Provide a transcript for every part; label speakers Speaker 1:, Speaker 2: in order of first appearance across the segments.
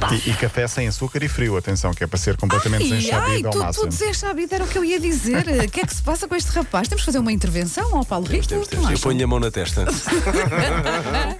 Speaker 1: Pá.
Speaker 2: E, e café sem açúcar e frio, atenção, que é para ser completamente sem
Speaker 1: Ai, ai,
Speaker 2: ao
Speaker 1: tu, tu
Speaker 2: máximo.
Speaker 1: disseste a vida, era o que eu ia dizer. O que é que se passa com este rapaz? Temos que fazer uma intervenção ao Paulo Rico?
Speaker 3: Temos, temos.
Speaker 1: não um.
Speaker 3: Eu
Speaker 1: acham?
Speaker 3: ponho a mão na testa.
Speaker 2: E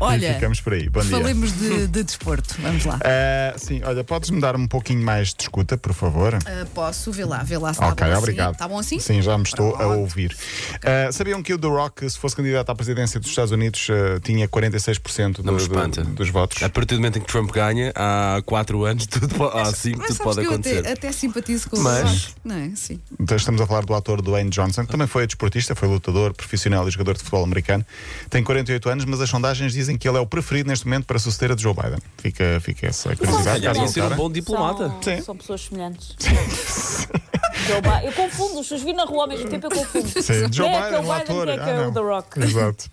Speaker 1: Olha,
Speaker 2: ficamos por aí. Bom dia.
Speaker 1: falemos de, de desporto. Vamos lá.
Speaker 2: Ah, sim, olha, podes-me dar um pouquinho mais de escuta, por favor?
Speaker 1: Ah, posso? Vê lá, vê lá se
Speaker 2: Ok,
Speaker 1: está bom
Speaker 2: obrigado.
Speaker 1: assim. Está bom assim?
Speaker 2: Sim, já me estou a
Speaker 1: Pronto.
Speaker 2: ouvir. Ah, sabiam que o The Rock, se fosse candidato à presidência dos Estados Unidos, ah, tinha 46%
Speaker 3: Não
Speaker 2: do- do-
Speaker 3: me espanta.
Speaker 2: dos votos?
Speaker 3: A partir do momento em que Trump ganha, há 4 anos, tudo, po- há 5,
Speaker 1: Mas
Speaker 3: tudo
Speaker 1: sabes
Speaker 3: pode
Speaker 1: que eu
Speaker 3: acontecer.
Speaker 1: até, até simpatizo com o
Speaker 3: Mas-
Speaker 1: Rock, Não é? Sim.
Speaker 2: Então estamos a falar do ator Dwayne Johnson, que também foi desportista, foi lutador, profissional e jogador de futebol americano. Tem 48 anos, mas as sondagens dizem que ele é o preferido neste momento para suceder a Joe Biden. Fica, fica essa curiosidade.
Speaker 3: Se calhar
Speaker 2: caso
Speaker 3: ia
Speaker 2: não
Speaker 3: ser um
Speaker 2: cara.
Speaker 3: bom diplomata.
Speaker 4: São,
Speaker 2: Sim.
Speaker 4: são pessoas semelhantes. Joe Bi- eu confundo, se os vi na rua ao mesmo tempo, eu confundo.
Speaker 2: Sim, Joe
Speaker 4: Quem é que
Speaker 2: Biden,
Speaker 4: é o
Speaker 2: um ator.
Speaker 4: Biden, quem é que
Speaker 2: Ah,
Speaker 4: é
Speaker 2: não.
Speaker 4: o The Rock?
Speaker 2: Exato.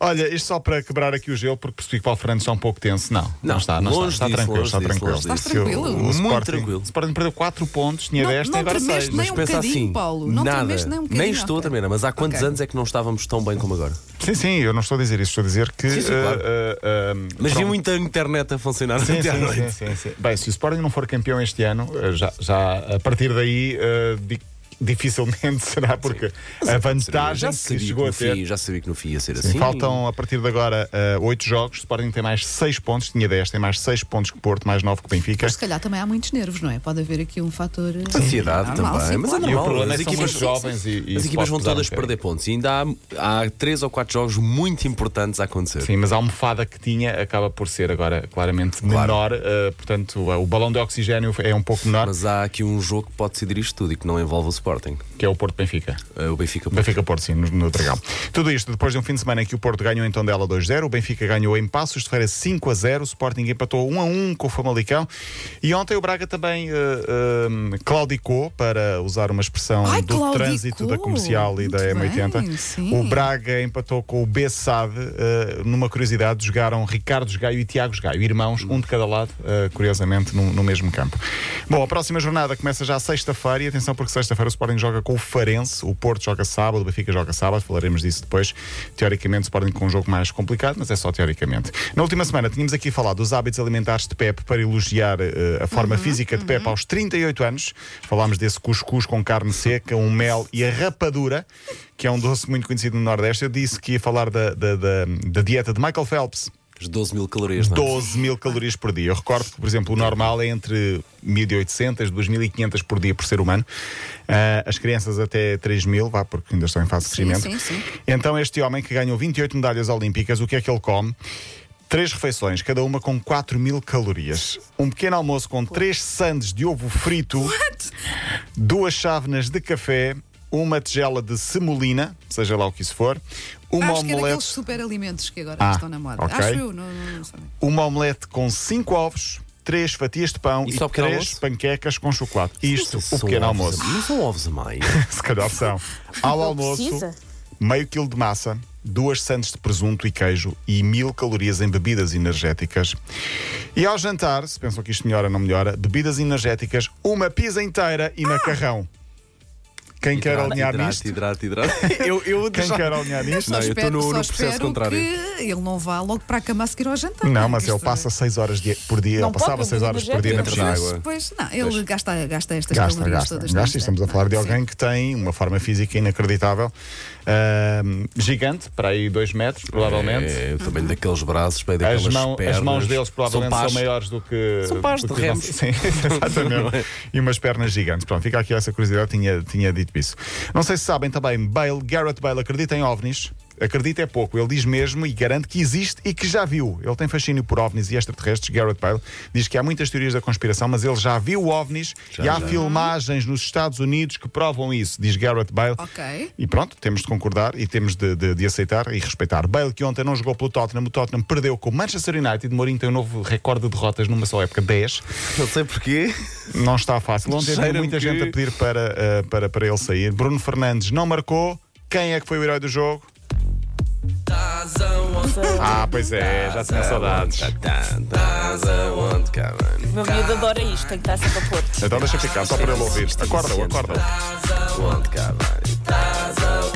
Speaker 2: Olha, isto só para quebrar aqui o gelo, porque percebi que Paulo Fernandes está um pouco tenso. Não, não,
Speaker 3: Não,
Speaker 2: está, não
Speaker 3: longe
Speaker 2: está. Está
Speaker 3: disso,
Speaker 2: tranquilo,
Speaker 3: longe
Speaker 2: está
Speaker 3: disso,
Speaker 2: tranquilo.
Speaker 3: longe
Speaker 1: disso. Estás tranquilo?
Speaker 2: O
Speaker 3: Muito
Speaker 2: Sporting-
Speaker 3: tranquilo.
Speaker 2: O Sporting perdeu 4 pontos, tinha né?
Speaker 1: Não-
Speaker 2: 10, tem
Speaker 1: não
Speaker 2: agora
Speaker 1: tremeste
Speaker 2: 6.
Speaker 1: nem um
Speaker 3: Pensa
Speaker 1: bocadinho,
Speaker 3: assim,
Speaker 1: Paulo. Não
Speaker 3: nada,
Speaker 1: tremeste nem um bocadinho.
Speaker 3: nem estou
Speaker 1: ok.
Speaker 3: também, mas há quantos
Speaker 1: Ok.
Speaker 3: anos é que não estávamos tão bem como agora?
Speaker 2: Sim, sim, eu não estou a dizer isso, estou a dizer que.
Speaker 3: Sim, sim, claro.
Speaker 2: ah, ah, ah,
Speaker 3: Mas vi
Speaker 2: pronto.
Speaker 3: muita internet a funcionar
Speaker 2: Sim,
Speaker 3: até à
Speaker 2: sim, sim,
Speaker 3: noite.
Speaker 2: sim, sim. Bem, se o Sporting não for campeão este ano, eh, já, já a partir daí eh, di- dificilmente será, porque a vantagem
Speaker 3: Já
Speaker 2: Tá, que
Speaker 3: sabia que,
Speaker 2: chegou a
Speaker 3: no
Speaker 2: ter.
Speaker 3: fim, já sabia que no fim ia ser assim.
Speaker 2: Faltam a partir de agora 8 jogos. O Sporting tem mais 6 pontos, tinha 10, tem mais 6 pontos que o Porto, mais 9 que o Benfica.
Speaker 1: Mas se calhar também há muitos nervos, não é? Pode haver aqui um fator. eh,
Speaker 3: Ansiedade
Speaker 1: normal,
Speaker 3: também,
Speaker 1: sim,
Speaker 3: mas é
Speaker 1: claro.
Speaker 2: E o
Speaker 3: normal.
Speaker 2: problema é
Speaker 3: As
Speaker 2: que são
Speaker 3: equipas,
Speaker 2: muito jovens e- e
Speaker 3: as
Speaker 2: isso
Speaker 3: equipas
Speaker 2: pode
Speaker 3: vão
Speaker 2: pesar um
Speaker 3: todas
Speaker 2: bocadinho.
Speaker 3: perder pontos. E ainda há, há três ou quatro jogos muito importantes a acontecer.
Speaker 2: Sim, mas a almofada que tinha acaba por ser agora claramente menor, eh, portanto o, o balão de oxigênio é um pouco menor,
Speaker 3: Mas há aqui um jogo que pode decidir isto tudo e que não envolve o Sporting.
Speaker 2: que é o Porto Benfica.
Speaker 3: Eh, O Benfica.
Speaker 2: Benfica Porto, sim, no, no Dragão. Tudo isto depois de um fim de semana em que o Porto ganhou em Tondela 2-0, o Benfica ganhou em Passos de Feira 5-0, o Sporting empatou 1-1 com o Famalicão e ontem o Braga também eh, eh, claudicou, para usar uma expressão
Speaker 1: Ai,
Speaker 2: do
Speaker 1: claudicou.
Speaker 2: trânsito da comercial e da
Speaker 1: Muito bem,
Speaker 2: M80.
Speaker 1: sim.
Speaker 2: O Braga empatou com o Bessade, eh, numa curiosidade, jogaram Ricardo Gaio e Tiago Gaio, irmãos, um de cada lado, eh, curiosamente, no, no mesmo campo. Bom, a próxima jornada começa já sexta-feira e atenção porque sexta-feira o Sporting joga com o Farense, o Porto joga sábado, o Benfica joga sábado, falaremos disso depois. Teoricamente, o Sporting com um jogo mais complicado, mas é só teoricamente. Na última semana tínhamos aqui falado dos hábitos alimentares de Pep para elogiar eh, a forma física de Pep aos 38 anos. Falámos desse cuscuz com carne seca, um mel e a rapadura, que é um doce muito conhecido no Nordeste. Eu disse que ia falar da, da- da- da dieta de Michael Phelps.
Speaker 3: As 12 mil calorias, não é?
Speaker 2: 12 mil calorias por dia. Eu recordo que, por exemplo, o normal é entre 1.800 e 2.500 por dia por ser humano. Ah, as crianças até 3.000, vá, porque ainda estão em fase de
Speaker 1: Sim,
Speaker 2: crescimento.
Speaker 1: sim, sim.
Speaker 2: Então, este homem que ganhou 28 medalhas olímpicas, o que é que ele come? Três refeições, cada uma com 4 mil calorias. Um pequeno almoço com três sandes de ovo frito, duas chávenas de café, uma tigela de semolina, seja lá o que isso for, uma
Speaker 1: Acho que é daqueles
Speaker 2: omelete
Speaker 1: superalimentos que agora
Speaker 2: Ah,
Speaker 1: estão na moda.
Speaker 2: ok.
Speaker 1: Acho eu, não, não, não sei.
Speaker 2: uma omelete com 5 ovos, 3 fatias de pão
Speaker 3: E
Speaker 2: e,
Speaker 3: só pequeno
Speaker 2: 3
Speaker 3: almoço?
Speaker 2: panquecas com chocolate. Isto,
Speaker 3: Não
Speaker 2: o
Speaker 3: são
Speaker 2: pequeno
Speaker 3: ovos a-
Speaker 2: almoço.
Speaker 3: Não são ovos a mais.
Speaker 2: Se calhar são. Ao
Speaker 4: Não
Speaker 2: almoço,
Speaker 4: precisa.
Speaker 2: meio quilo de massa, duas sandes de presunto e queijo e mil calorias em bebidas energéticas. E ao jantar, se pensam que isto melhora ou não melhora, bebidas energéticas, uma pizza inteira e macarrão. Quem quer alinhar
Speaker 3: hidrato,
Speaker 2: nisto?
Speaker 3: hidrato, hidrato, hidrato. Eu, eu
Speaker 2: Quem
Speaker 3: já-
Speaker 2: quer alinhar nisto?
Speaker 3: Não, eu estou no-
Speaker 1: só
Speaker 3: no processo
Speaker 1: espero
Speaker 3: contrário.
Speaker 1: que ele não vá logo para a cama a seguir ao jantar. é?
Speaker 2: Não, mas
Speaker 1: Isto
Speaker 2: ele passa 6 horas de- por dia,
Speaker 4: Não
Speaker 2: ele passava
Speaker 4: pode,
Speaker 2: 6 horas por dia na
Speaker 4: energéticas.
Speaker 2: piscina de água.
Speaker 1: Pois, não, ele Gasta, gasta estas
Speaker 2: Gasta,
Speaker 1: calorias
Speaker 2: gasta.
Speaker 1: todas.
Speaker 2: gasta.
Speaker 1: não é?
Speaker 2: Estamos a falar de
Speaker 1: Sim.
Speaker 2: alguém que tem uma forma física inacreditável, ahm, gigante, para aí 2 metros, provavelmente.
Speaker 3: É, também daqueles braços, bem daquelas
Speaker 2: As, mão-
Speaker 3: pernas.
Speaker 2: as mãos deles provavelmente são,
Speaker 3: pastas.
Speaker 2: maiores do que.
Speaker 3: São pares
Speaker 2: do
Speaker 3: de
Speaker 2: que os nossos- Sim, exatamente. e umas pernas gigantes. Pronto, fica aqui essa curiosidade, tinha, tinha dito isso. Não sei se sabem também, Bale, Garrett Bale acredita em ovnis. Acredita é pouco, ele diz mesmo e garante que existe e que já viu. Ele tem fascínio por ovnis e extraterrestres. Garrett Bale diz que há muitas teorias da conspiração, mas ele já viu ovnis e há
Speaker 3: já.
Speaker 2: filmagens nos Estados Unidos que provam isso, diz Garrett Bale.
Speaker 1: Ok.
Speaker 2: E pronto, temos de concordar e temos de, de- de aceitar e respeitar. Bale, que ontem não jogou pelo Tottenham, o Tottenham perdeu com o Manchester United. Mourinho tem um novo recorde de derrotas numa só época, 10.
Speaker 3: Não sei porquê.
Speaker 2: Não está fácil. Ontem havia
Speaker 3: Cheira-me
Speaker 2: muita
Speaker 3: que-
Speaker 2: gente a pedir para, eh, para, para ele sair. Bruno Fernandes não marcou. Quem é que foi o herói do jogo? Ah, pois é, já tinha saudades.
Speaker 4: O meu miúdo adora isto, tem que estar sempre a pôr.
Speaker 2: Então deixa ficar, só para ele ouvir. Acorda-o, acorda-o.
Speaker 3: Acorda.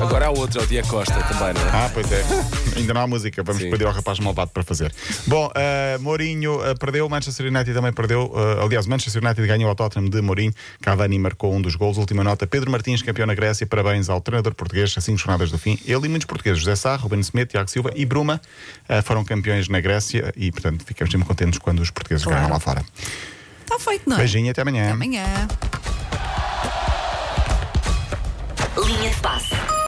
Speaker 3: Agora há outro, é o Dia Costa também, não é?
Speaker 2: Ah, pois é. Ainda não há música. Vamos
Speaker 3: Sim.
Speaker 2: pedir ao rapaz malvado para fazer. Bom, eh, Mourinho eh, perdeu, Manchester United também perdeu. eh, aliás, Manchester United ganhou ao Tottenham de Mourinho. Cavani marcou um dos gols. Última nota: Pedro Martins, campeão na Grécia. Parabéns ao treinador português, a cinco jornadas do fim. Ele e muitos portugueses, José Sá, Ruben Smith, Tiago Silva e Bruma, eh, foram campeões na Grécia e, portanto, ficamos sempre contentes quando os portugueses
Speaker 1: Claro.
Speaker 2: ganham lá fora.
Speaker 1: Está feito, não é?
Speaker 2: Beijinho, até
Speaker 1: Amanhã.
Speaker 5: Linha de passe.